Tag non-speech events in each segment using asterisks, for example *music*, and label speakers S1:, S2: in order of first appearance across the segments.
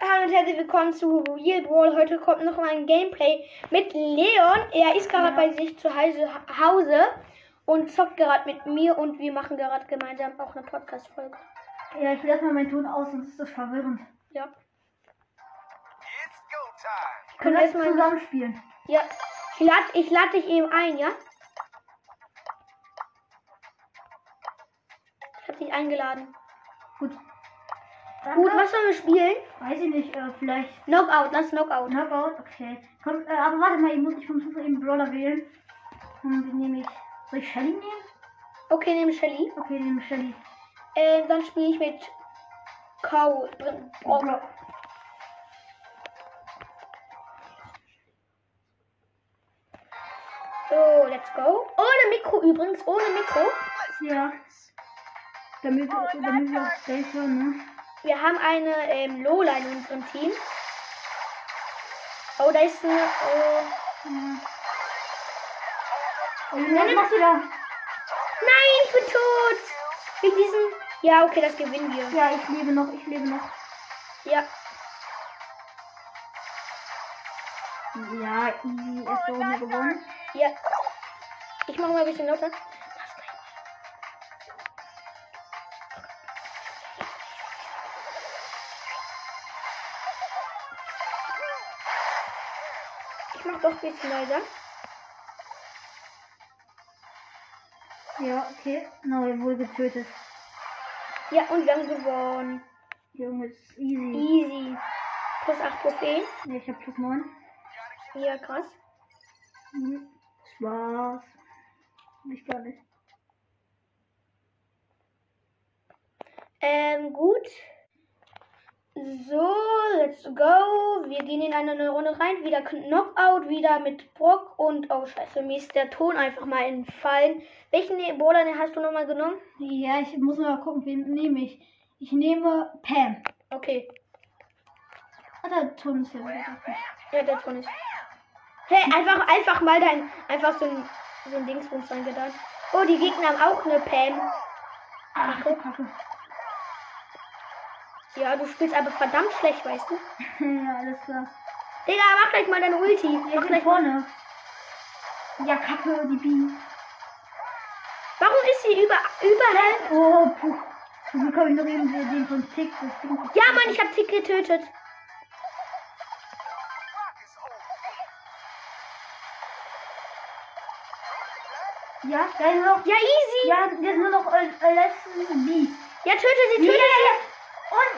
S1: Hallo und herzlich willkommen zu Real Brawl. Heute kommt noch mal ein Gameplay mit Leon. Er ist gerade bei sich zu Hause Hause und zockt gerade mit mir und wir machen gerade gemeinsam auch eine Podcast-Folge.
S2: Ja, ich will erstmal meinen Ton aus, sonst ist das verwirrend.
S1: Ja.
S3: It's go
S2: Können
S3: time.
S1: Können
S2: wir
S1: wir
S2: jetzt
S1: das mal-
S2: zusammen spielen?
S1: Ja. Ich lade ich lad dich eben ein, ja? Ich hab dich eingeladen.
S2: Gut.
S1: Gut, was sollen wir spielen?
S2: Weiß ich nicht, äh, vielleicht
S1: Knockout, lass Knockout.
S2: Knockout, okay. Komm, äh, aber warte mal, ich muss nicht vom Zufall eben Brawler wählen. Hm, den nehme ich. Soll ich Shelly nehmen?
S1: Okay, nehme Shelly.
S2: Okay, nehme Shelly.
S1: Ähm, dann spiele ich mit Cow. Br- Brock.
S2: Bro-
S1: So, let's go. Ohne Mikro übrigens, ohne Mikro.
S2: Ja. Damit,
S1: Oh,
S2: damit wir auch safe hören, ne?
S1: Wir haben eine ähm, Lola in unserem Team. Oh, da ist eine. Oh.
S2: Ja. Oh, was machst du da?
S1: Nein, ich bin tot! Wegen diesem. Ja, okay, das gewinnen wir.
S2: Ja, ich lebe noch, ich lebe noch.
S1: Ja.
S2: Ja, easy, erste Runde gewonnen.
S1: Ja. Ich mache mal ein bisschen lauter. Ich mach doch ein bisschen leiser.
S2: Ja, okay. Neu, wohl getötet.
S1: Ja, und wir haben gewonnen.
S2: Junge, es ist easy.
S1: Easy. Plus 8 Trophäen.
S2: Ja, ich hab plus 9.
S1: Ja, krass.
S2: Mhm. Spaß. Ich gar nicht.
S1: Ähm, gut. So, let's go. Wir gehen in eine neue Runde rein. Wieder Knockout, wieder mit Brock und. Oh, scheiße, mir ist der Ton einfach mal entfallen. Welchen ne- Brawler ne- hast du nochmal genommen?
S2: Ja, ich muss mal gucken, wen nehme ich. Ich nehme Pam.
S1: Okay.
S2: Ah, der Ton ist ja wieder offen.
S1: Ja, der Ton ist. Hey, einfach, einfach mal dein. Einfach so ein, so ein Dingsbums reingetan. Oh, die Gegner haben auch eine Pam.
S2: Ach, du Kacke.
S1: Ja, du spielst aber verdammt schlecht, weißt du?
S2: *laughs* ja, alles klar.
S1: Digga, mach gleich mal deine Ulti.
S2: Ja,
S1: Mach
S2: ich bin
S1: gleich mal.
S2: vorne. Ja, Kacke, die Bienen.
S1: Warum ist sie über, überall?
S2: Oh, puh. Zum Glück habe ich noch eben den den von Tick. Das Ding.
S1: Ja, Mann, ich hab Tick getötet.
S3: Rock is over.
S2: Ja, da ist noch.
S1: Ja, easy.
S2: Ja, jetzt nur noch äh, äh, letzten B.
S1: Ja, töte sie, töte
S2: Und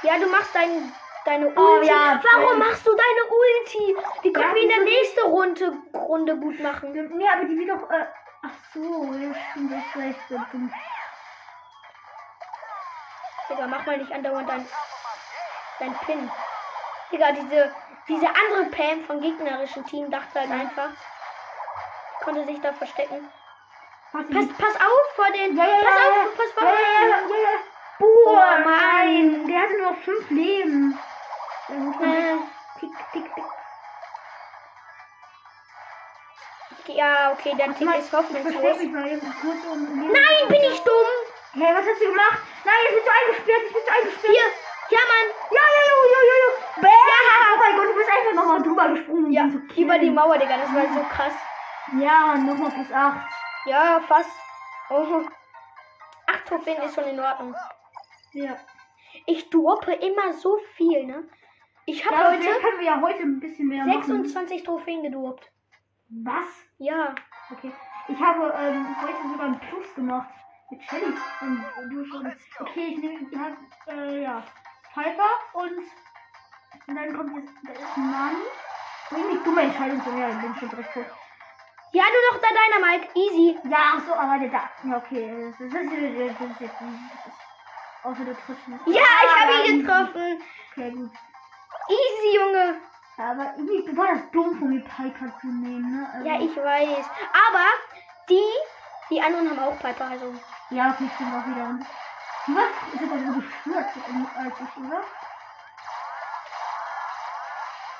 S1: sie. Ja, du machst dein, deine Ulti.
S2: Oh, ja.
S1: Warum machst du deine Ulti? Die können
S2: Ja,
S1: wir in der
S2: wieso
S1: nächsten Runde, Runde gut machen.
S2: nee, aber die wird doch. Äh, ach so, ja, stimmt, das ist vielleicht so dumm.
S1: Digga, mach mal nicht andauernd dein, dein Pin. Digga, diese, diese andere Pam vom gegnerischen Team dachte halt einfach, konnte sich da verstecken.
S2: Pass,
S1: Pass, pass auf vor den...
S2: Ja, ja, ja,
S1: pass
S2: ja,
S1: auf, pass vor...
S2: ja, ja, ja, ja, ja.
S1: Boah,
S2: Oh
S1: Mann.
S2: nein, der hatte nur noch fünf Leben. Da muss man
S1: Äh,
S2: tick, tick, tick.
S1: Ja, okay, der Tick ist
S2: Versteck
S1: hoffnungslos.
S2: mich mal eben kurz um. und...
S1: Nein, bin ich dumm.
S2: Hey, was hast du gemacht? Nein, jetzt bist du eingesperrt, jetzt bist du eingesperrt.
S1: Hier, ja, Mann.
S2: Ja, ja, ja, ja, ja, ja. Bäh. Oh mein Gott, du bist einfach nochmal drüber gesprungen. um
S1: Ja,
S2: ihn zu killen.
S1: über die Mauer, Digga, das war so krass.
S2: Ja, nochmal plus 8.
S1: Ja, fast. Oh. Acht Trophäen ist schon in Ordnung.
S2: Ja.
S1: Ich droppe immer so viel, ne? Ich habe
S2: Ja, heute
S1: heute
S2: können wir ja heute ein bisschen mehr machen.
S1: 26 Trophäen gedroppt.
S2: Was?
S1: Ja.
S2: Okay. Ich habe ähm, heute sogar einen Plus gemacht. Mit Shelly. Und du schon. Okay, ich nehme. Ich hab, äh, ja. Piper und. Und dann kommt jetzt. Da ist Mann. Irgendwie dumme Entscheidung von mir. Ich bin schon direkt tot.
S1: Ja, du noch da deiner Mike. Easy.
S2: Ja, ach so, aber der da. Ja, okay. Das ist, das ist, das ist jetzt. Das ist, außer du triffst mich.
S1: Ja, ich habe ihn
S2: nein.
S1: getroffen.
S2: Okay, gut.
S1: Easy, Junge.
S2: Aber irgendwie war das dumm von mir, Piper zu nehmen, ne? Also-
S1: Ja, ich weiß. Aber die, die anderen haben auch Piper, also.
S2: Ja, okay, ich bin auch wieder. unten. Du warst sogar so gestürzt ähm, als ich, oder?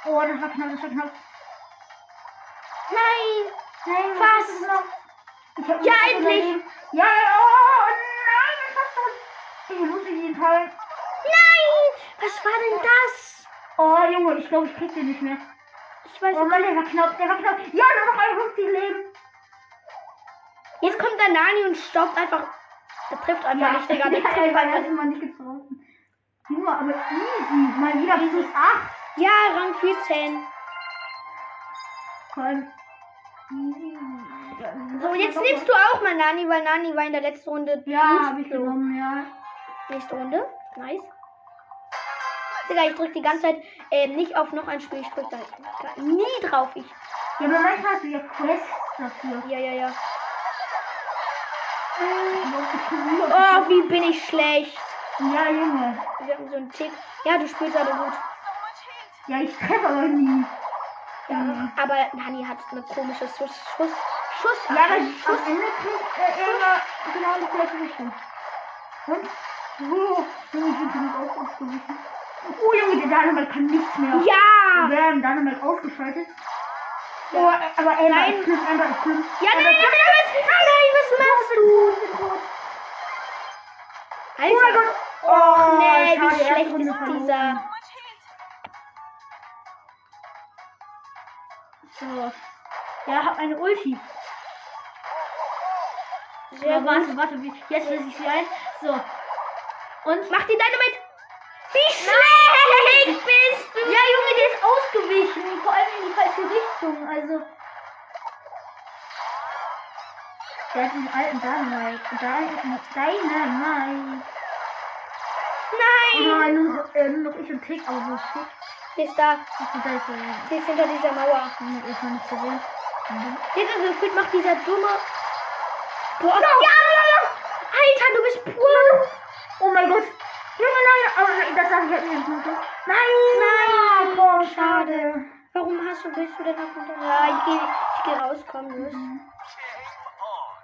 S2: Oh, das war knapp, das war knapp.
S1: Nein.
S2: Nein,
S1: Fast.
S2: das war knapp. Ich hab
S1: Ja,
S2: mich
S1: endlich.
S2: überlegt. Ja, ja, oh, nein, fast schon. Ich muss mich jeden Fall.
S1: Nein. Was war denn das?
S2: Oh Junge, ich glaube, ich krieg den nicht mehr.
S1: Ich weiß
S2: Oh
S1: nicht.
S2: Mann, der war knapp, der war knapp. Ja, nur noch 51 Leben.
S1: Jetzt kommt der Nani und stoppt einfach. Der trifft einfach nicht, Digga. Der
S2: *laughs* ja,
S1: trifft
S2: ey, weil
S1: einfach
S2: das
S1: nicht.
S2: ist mal nicht getroffen. Junge, aber easy. Mal wieder plus 8.
S1: Ja, Rang 14.
S2: Komm. Easy.
S1: So, jetzt nimmst du auch mal Nani, weil Nani war in der letzten Runde.
S2: Ja,
S1: Dienst.
S2: hab ich genommen, ja.
S1: Nächste Runde. Nice. Digga, ich drück die ganze Zeit äh, nicht auf noch ein Spiel. Ich drück da nie drauf. Ich.
S2: Ja, aber manchmal hast du ja Quests dafür.
S1: Ja, ja, ja.
S2: Oh,
S1: Oh, wie bin ich schlecht.
S2: Ja, Junge.
S1: Wir haben so einen Tick. Ja, du spielst aber gut.
S2: Ja, ich treffe aber nie. Mhm.
S1: Ja, aber Nani hat eine komische Schuss. Schuss. Schuss.
S2: Ja, aber ich am Ende kriegt äh, er immer genau die gleiche Richtung. Und? So. Junge, ich bin auch ausgewichen. Oh, Junge, der Dynamite kann nichts mehr. Wir
S1: Ja!
S2: werden Dynamite ausgeschaltet. Oh, aber Emma
S1: Nein.
S2: ist schlimm, Emma ist schlimm.
S1: Ja, nein, nein, nein, nein, nein, was machst du? Alter.
S2: Oh mein Gott.
S1: Oh, nee,
S2: schade,
S1: wie
S2: erste
S1: schlecht
S2: Runde
S1: ist
S2: verloren.
S1: dieser.
S2: So. Ja, hab eine Ulti.
S1: Sehr
S2: Ja,
S1: gut.
S2: warte, warte, wie- jetzt löse ich sie ein. So. Und.
S1: Mach die Dynamite. Wie schlecht bist du?
S2: Ja, Junge, der ist ausgewichen. Vor allem in die falsche Richtung. Also. Der hat den alten Dynamite. Dynamite. Dynamite. Oh
S1: Nein.
S2: nein, nur noch, äh, nur noch ich und Tick, aber so schick.
S1: Die ist da.
S2: Das ist halt so.
S1: Die ist hinter dieser Mauer.
S2: Ich noch nicht gesehen. Mhm.
S1: Digga, gefühlt macht dieser dumme. Boah. Ja, Alter, du bist pur.
S2: Oh mein Gott. Junge, nein, aber das darf ich jetzt nicht machen. Nein, nein, komm, schade.
S1: Warum hast du, bist du denn auf dem Ja, ich geh, ich geh raus, komm, los.
S3: Game on.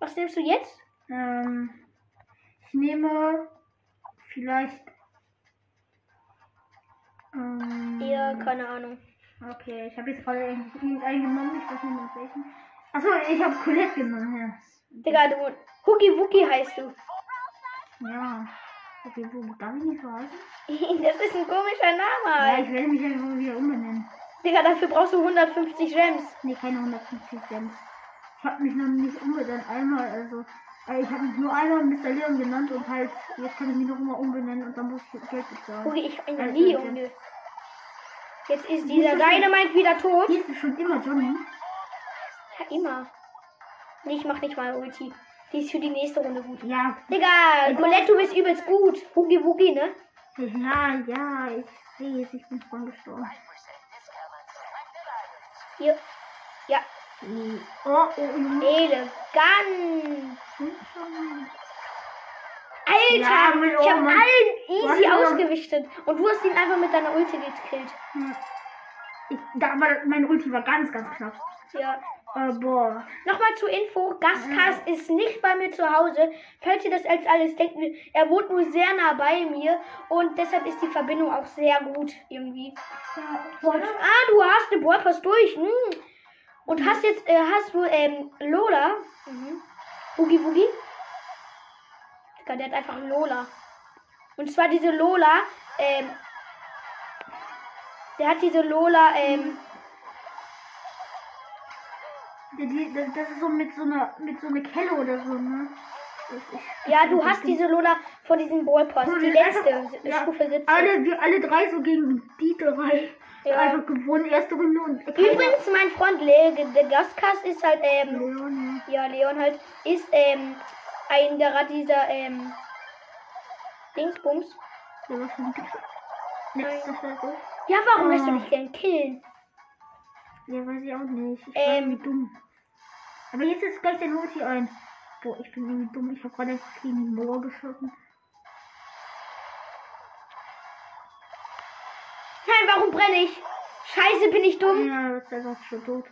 S1: Was nimmst du jetzt?
S2: Ähm, ich nehme vielleicht. Ähm,
S1: Ja, keine Ahnung.
S2: Okay, ich habe jetzt gerade irgendeinen genommen, ich weiß nicht mehr welchen. Achso, ich habe Colette genommen,
S1: Digga, du. Hookie Wookie heißt du. *laughs*
S2: ja. Ja. Okay, wo darf ich nicht verhalten?
S1: Das ist ein komischer
S2: Ja,
S1: Name.
S2: ich werde mich einfach wieder umbenennen.
S1: Digga, dafür brauchst du 150 Gems.
S2: Nee, keine 150 Cent. Ich habe mich noch nicht umbenannt einmal, also äh, ich habe mich nur einmal Mr. Leon genannt und halt jetzt kann ich mich noch immer umbenennen und dann muss ich Geld bezahlen.
S1: Hookie, ich hab ihn
S2: Also,
S1: ja nie umge. Jetzt ist dieser
S2: Wieso schon-
S1: Dynamite wieder tot.
S2: Hier ist schon immer Johnny.
S1: Ja, immer. Nee, ich mach nicht mal Ulti. Die ist für die nächste Runde gut.
S2: Ja,
S1: Digga, Colette, du bist übelst gut. Hoogie Woogie, ne?
S2: ja, ja, ich sehe es, ich bin schon gestorben.
S1: Hier. Ja,
S2: Nee. Oh, oh, oh.
S1: elegant. Alter,
S2: Ja, mit
S1: ich hab
S2: Ohren.
S1: allen easy
S2: Warte mal.
S1: ausgewichtet. Und du hast ihn einfach mit deiner Ulti gekillt.
S2: oh. Ich, da, aber mein Ulti war ganz, ganz knapp.
S1: Ja.
S2: Äh, boah.
S1: Nochmal zur Info, Gascast ist nicht bei mir zu Hause. Falls ihr das als alles denkt, er wohnt nur sehr nah bei mir und deshalb ist die Verbindung auch sehr gut irgendwie. Und, ah, du hast den Boypass durch. Hm. Und hast jetzt, äh, hast du, ähm, Lola. Mhm. Boogie Boogie. Digga, der hat einfach Lola. Und zwar diese Lola, ähm, der hat diese Lola, ähm,
S2: Die, die, das, das ist so mit so einer mit so einer Kelle oder so, ne? Ich- ich-
S1: ja, du hast diese Lola von diesem Ballpass, die letzte,
S2: Ja.
S1: Stufe 17.
S2: Alle, wir alle drei so gegen die drei.
S1: Ja.
S2: Einfach gewonnen, erste Runde und
S1: Übrigens, mein Freund Le der Gaskas ist halt, ähm,
S2: Leon,
S1: ja, Leon halt, ist, ähm, ein der Rat dieser, ähm, Dingsbums.
S2: ja. Der war schon Ja, das war so.
S1: Ja, warum
S2: Ah.
S1: lässt du mich denn killen?
S2: Ja, weiß ich auch nicht.
S1: Ähm.
S2: Ich bin irgendwie dumm. Aber jetzt ist gleich dein Ulti ein. Boah, ich bin irgendwie dumm. Ich habe gerade einfach gegen die Mauer geschossen.
S1: Nein, warum brenne ich? Scheiße, bin ich dumm?
S2: Ja, das ist einfach schon tot.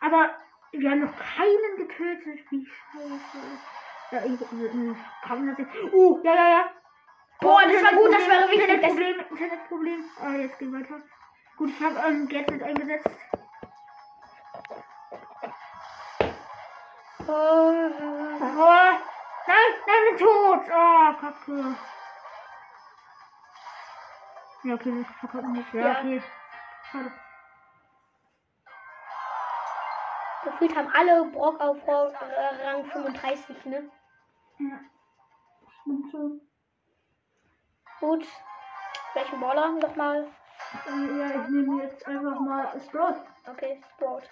S2: Aber wir haben noch keinen getötet. Wie scheiße. Ja, ich, äh, äh, kann man das jetzt? Oh, ja, ja, ja.
S1: Boah, Oh, das war gut, das wäre wichtig. Das,
S2: *laughs* Internetproblem, Internetproblem. Ah, jetzt geh weiter. Gut, ich habe ähm, Gadget eingesetzt.
S1: oh,
S2: Oh, nein, nein, bin tot. Oh, Kacke. Ja, okay, das verkauft nicht. Ja,
S1: Ja.
S2: okay. Schade.
S1: Gefühlt haben alle Brock auf Ra- äh, Rang 35, ne?
S2: Ja. Stimmt schon.
S1: Gut. Welchen Baller nochmal?
S2: Äh, ja, ich nehme jetzt einfach mal Sprout.
S1: Okay, Sprout.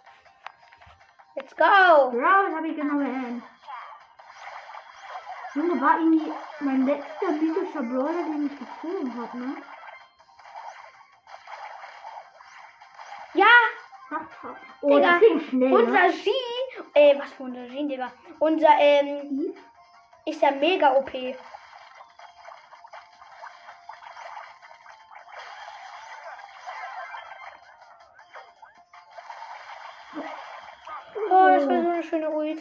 S1: Let's go!
S2: Sprout habe ich genommen. Junge, war irgendwie mein letzter mythischer Brawler, den ich gezogen habe, ne?
S1: Ja!
S2: Ach, krass. Oh,
S1: Digga,
S2: das ging schnell.
S1: Unser
S2: Ne?
S1: G. Äh, was für unser G, Digga? Unser, ähm,
S2: Die?
S1: ist ja mega OP. Oh, das war so eine schöne Ult.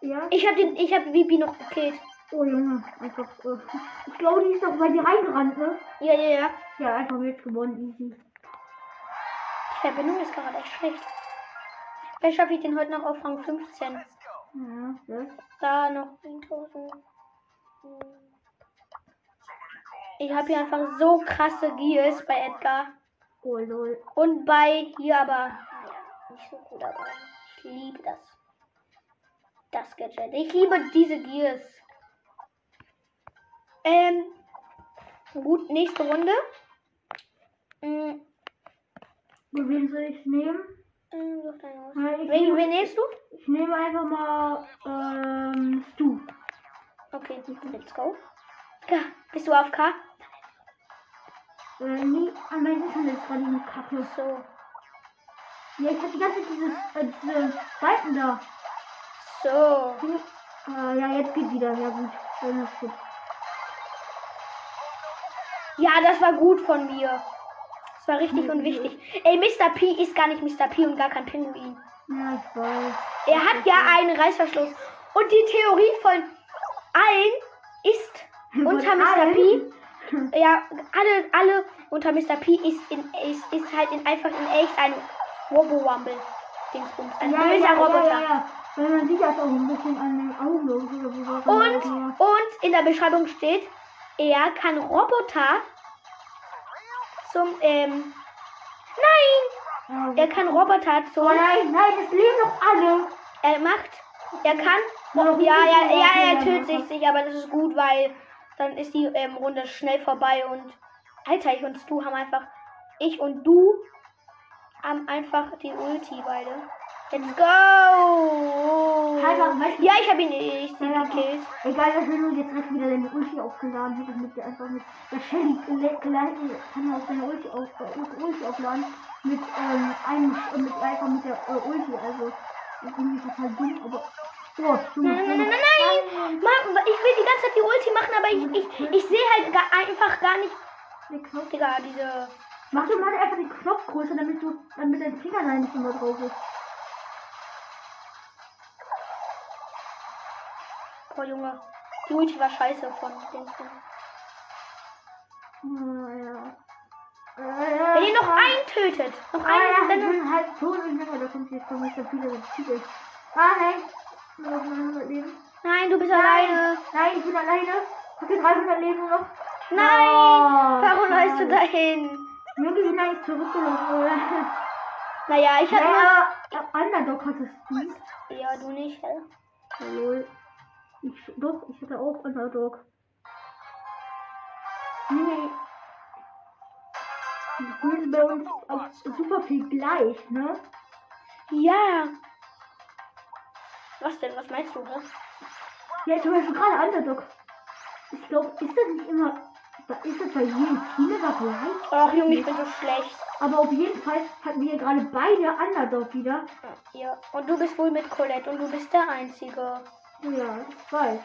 S2: Ja.
S1: Ich hab den, ich hab Bibi noch gekillt.
S2: Oh, Junge, einfach. Äh, ich glaube, die ist doch bei dir reingerannt, ne?
S1: Ja, ja, ja.
S2: Ja, einfach mit gewonnen, easy.
S1: Die Verbindung ist gerade echt schlecht. Vielleicht schaffe ich den heute noch auf Rang 15.
S2: Ja, das.
S1: Da noch 1000. Ich habe hier einfach so krasse Gears bei Edgar.
S2: Oh, lol.
S1: Und bei hier aber. Ja, nicht so gut, aber ich liebe das. Das Gadget. Ich liebe diese Gears. Ähm. Gut, nächste Runde. Mm,
S2: Und wen soll ich nehmen?
S1: mm, such deinen aus.
S2: Ja, ich
S1: Wen,
S2: nehme-
S1: wen nimmst du?
S2: Ich nehme einfach mal ähm, Stu.
S1: Okay, let's go. Ja, bist du auf K?
S2: Äh, nee, an mein Internet ist gerade eine Kacke.
S1: So.
S2: Ja, ich hab die ganze Zeit dieses, äh, diese Balken da.
S1: So.
S2: Äh, ja, jetzt geht wieder. Ja, gut. Dann ist gut.
S1: Ja, das war gut von mir. Das war
S2: Mhm.
S1: richtig und wichtig. Ey, Mr. P ist gar nicht Mr. P und gar kein Pinguin.
S2: Ja, ich weiß.
S1: Er hat ja
S2: Mhm.
S1: einen Reißverschluss. Und die Theorie von allen ist unter
S2: Von
S1: Mr.
S2: allen. *laughs*
S1: P. Ja, alle, alle unter Mr. P ist, in, ist, ist halt in, einfach in echt ein Robo-Wumble. Dingsbums. Ein
S2: Ja,
S1: böser
S2: ja,
S1: Roboter.
S2: Ja, ja, ja. Weil man sieht das auch ein bisschen an den Augen oder so. was man
S1: Und,
S2: da gemacht
S1: und in der Beschreibung steht, er kann Roboter zum, ähm, nein,
S2: hat. Ja,
S1: er kann Roboter
S2: Oh
S1: zum,
S2: nein, nein, es leben noch alle.
S1: er macht, er kann,
S2: Ja,
S1: ja, ja,
S2: *laughs* ja,
S1: ja, er
S2: ja,
S1: tötet
S2: ja.
S1: sich, sich, aber das ist gut, weil dann ist die ähm, Runde schnell vorbei und, Alter, ich und du haben einfach, ich und du haben einfach die Ulti beide. Let's go!
S2: Timer, weißt du-
S1: Ja, ich habe ihn, ich
S2: Ja, ja.
S1: hab ihn gekillt.
S2: Egal, dass wenn du jetzt direkt wieder deine Ulti aufgeladen hättest, mit der einfach mit der Shelly gele- geleite, äh, kann ja auch deine Ulti, auf, äh, Ulti- Ulti aufladen, mit ähm, einem, äh, mit einfach mit der äh, Ulti, also das ist irgendwie total dumm, aber. Oh, Junge,
S1: Nein, nein, nein,
S2: Junge.
S1: nein, nein! Mann, ich will die ganze Zeit die Ulti machen, aber ich, ich, ich sehe halt gar, einfach gar nicht.
S2: Der Knopf-
S1: Digga, diese.
S2: Mach doch mal einfach den Knopf größer, damit du, damit dein Finger da nicht immer drauf ist.
S1: Boah, Junge. Die Ulti war scheiße von dem Spiel.
S2: Äh, ja. Äh,
S1: Wenn ihr noch einen tötet, noch
S2: Ah, ja,
S1: einen,
S2: ich
S1: dann.
S2: bin halt tot und ich da kommt jetzt schon wieder viele Titel. Ah, nein. Nur noch 900 Leben.
S1: Nein, du bist alleine.
S2: Nein, ich bin alleine. Hab hier 300 Leben nur noch.
S1: Nein! Warum
S2: nein.
S1: läufst du dahin?
S2: Junge, wie lange ich zurückgelaufen oder?
S1: Naja, ich hatte.
S2: Ja, ja, Underdog hattest du.
S1: nur. Ja, du nicht. hä?
S2: Lol. Ich, doch, ich hatte auch Underdog. Nee. Das sind bei uns auch super viel gleich, ne?
S1: Ja. Was denn? Was meinst du, hä?
S2: Ja, zum Beispiel gerade Underdog. Ich glaube, ist das nicht immer. Ist das bei jedem Team immer gleich?
S1: Ach, Junge, ich bin so schlecht.
S2: Aber auf jeden Fall hatten wir gerade beide Underdog wieder.
S1: Ja. Und du bist wohl mit Colette und du bist der Einzige.
S2: Oh Ja, ich weiß.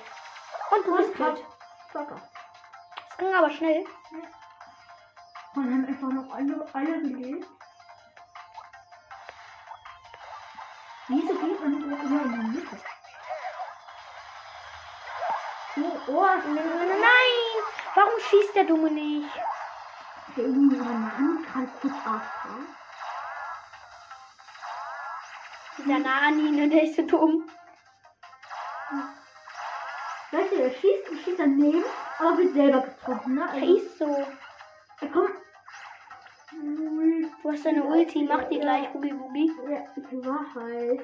S1: Und du bist tot.
S2: Fucker.
S1: Das ging aber schnell.
S2: Und haben einfach noch alle, alle gelesen. Wieso geht man nicht auch immer in die Mitte? Oh, oh, es ist
S1: Nein! Warum schießt der Dumme nicht?
S2: der irgendwie ihre Hand gerade kurz abfahren.
S1: Dieser Nani, ne, der ist so dumm.
S2: Leute, er schießt und schießt daneben, aber wird selber getroffen, ne?
S1: Der
S2: Also,
S1: ist so.
S2: Er kommt.
S1: Du hast deine Ulti, mach die gleich, Boogie Boogie.
S2: Ja, ich war halt.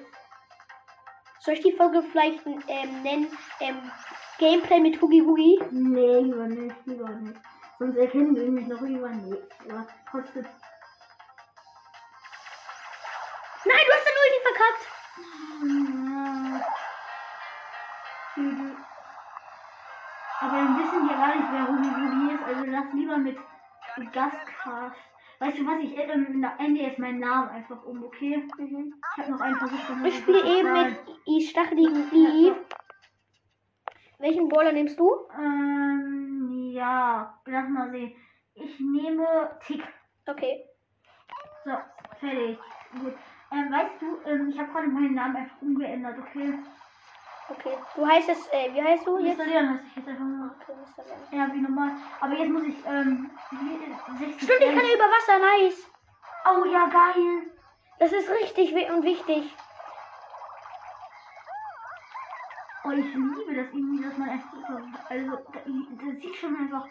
S1: Soll ich die Folge vielleicht ähm, nennen? Ähm, Gameplay mit Boogie Boogie?
S2: Nee, lieber nicht, lieber nicht. Sonst erkennen wir mich noch lieber nicht. Aber trotzdem.
S1: Nein, du hast deine Ulti verkackt!
S2: Mhm. Aber wir wissen ja gar nicht, wer Ruby Ruby ist, also lass lieber mit Gascast. Weißt du was, ich ähm, ende jetzt meinen Namen einfach um, okay? Ich habe noch einen Versuch gemacht.
S1: Mhm. Ich spiele eben mit I stacheligen II. Welchen Baller nimmst du?
S2: Ähm, ja, lass mal sehen. Ich nehme Tick.
S1: Okay.
S2: So, fertig. Gut. Ähm, weißt du, ähm, ich habe gerade meinen Namen einfach umgeändert, okay?
S1: Okay. Du heißt es, äh, wie heißt du
S2: Und jetzt
S1: jetzt?
S2: verlieren lasse ich jetzt einfach nur.
S1: Okay, Mr. Lemon.
S2: Ja, wie normal. Aber jetzt muss ich, ähm, hier, 60
S1: Stimmt, ich kann ja über Wasser, nice.
S2: Oh ja, geil.
S1: Das ist richtig wi- und wichtig.
S2: Oh, ich liebe das irgendwie, dass man einfach über, also, da- das sieht schon einfach,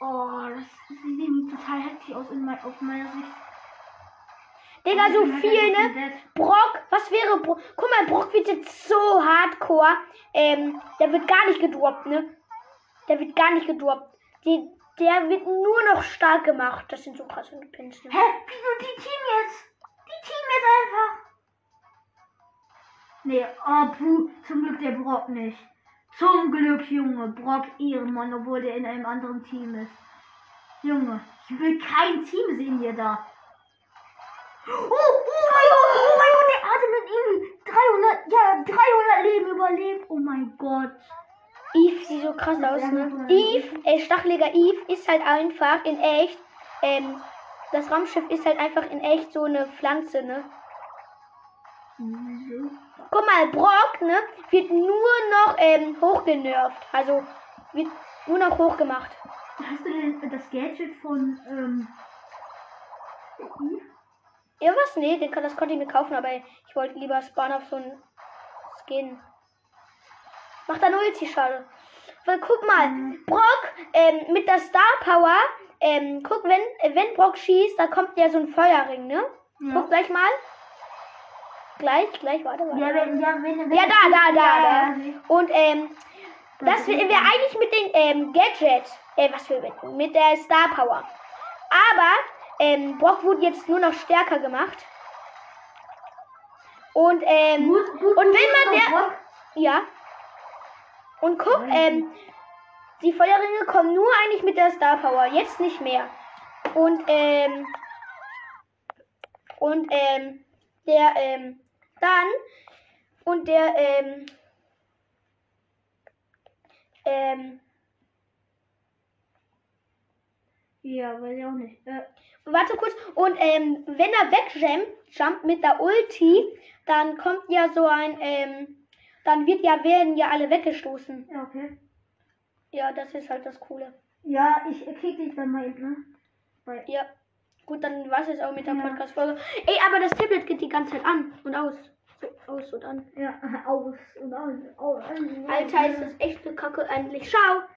S2: oh, das sieht irgendwie total heftig aus in mein, auf meiner Sicht.
S1: Digga, so
S2: Ich bin
S1: viel,
S2: halt
S1: ne?
S2: ein bisschen
S1: Brock, was wäre Brock? Guck mal, Brock wird jetzt so hardcore. Ähm, der wird gar nicht gedroppt, ne? Der wird gar nicht gedroppt. Die, der wird nur noch stark gemacht. Das sind so krasse Pins.
S2: dead.
S1: Ne?
S2: Hä, wieso die Team jetzt? Die Team jetzt einfach. Nee, oh, puh, zum Glück der Brock nicht. Zum Glück, Junge, Brock Ehrenmann, obwohl der in einem anderen Team ist. Junge, ich will kein Team sehen hier da. Oh, oh mein Gott, oh mein Gott, der hatte mit ihm 300, ja, 300 Leben überlebt. Oh mein Gott.
S1: Eve sieht so krass aus, ne? Eve, äh, Stacheliger Eve ist halt einfach in echt. Ähm, das Raumschiff ist halt einfach in echt so eine Pflanze, ne? Guck mal, Brock, ne? Wird nur noch ähm, hochgenervt. Also, wird nur noch hochgemacht.
S2: Hast du denn das Gadget von, ähm,
S1: Ja, was? Nee, den, das konnte ich mir kaufen, aber ich wollte lieber sparen auf so einen Skin. Macht da Ulti, schade. Weil guck mal,
S2: Mhm.
S1: Brock ähm, mit der Star Power, ähm, guck, wenn, äh, wenn Brock schießt, da kommt ja so ein Feuerring, ne?
S2: Ja.
S1: Guck gleich mal. Gleich, gleich, warte, warte.
S2: ja, wenn, ja, wenn, wenn
S1: Ja, da, da, da,
S2: Ja,
S1: da. Und ähm,
S2: Das
S1: das
S2: ist
S1: wäre wär eigentlich mit den ähm, Gadgets, äh, was wir mit, mit der Star Power. Aber ähm, Brock wurde jetzt nur noch stärker gemacht. Und ähm,
S2: Gut, gut,
S1: und
S2: gut,
S1: wenn man
S2: gut,
S1: der,
S2: Brock.
S1: ja. Und guck, ähm, die Feuerringe kommen nur eigentlich mit der Star Power, jetzt nicht mehr. Und ähm, und ähm, der ähm, dann und der ähm, ähm,
S2: Ja, weiß ich auch nicht. Äh,
S1: Warte kurz. Und ähm, wenn er wegjumpt jumpt mit der Ulti, dann kommt ja so ein, ähm, dann wird ja, werden ja alle weggestoßen.
S2: ja, okay.
S1: Ja, das ist halt das Coole.
S2: Ja, ich krieg dich dann mal eben, ne? Weil,
S1: Ja. Gut, dann war es jetzt auch mit der
S2: Ja.
S1: Podcast-Folge. Ey, aber das Tablet geht die ganze Zeit an und aus. So, aus und an.
S2: ja, *laughs* aus und aus. aus, aus
S1: Alter, ist das echte Kacke eigentlich. Ciao!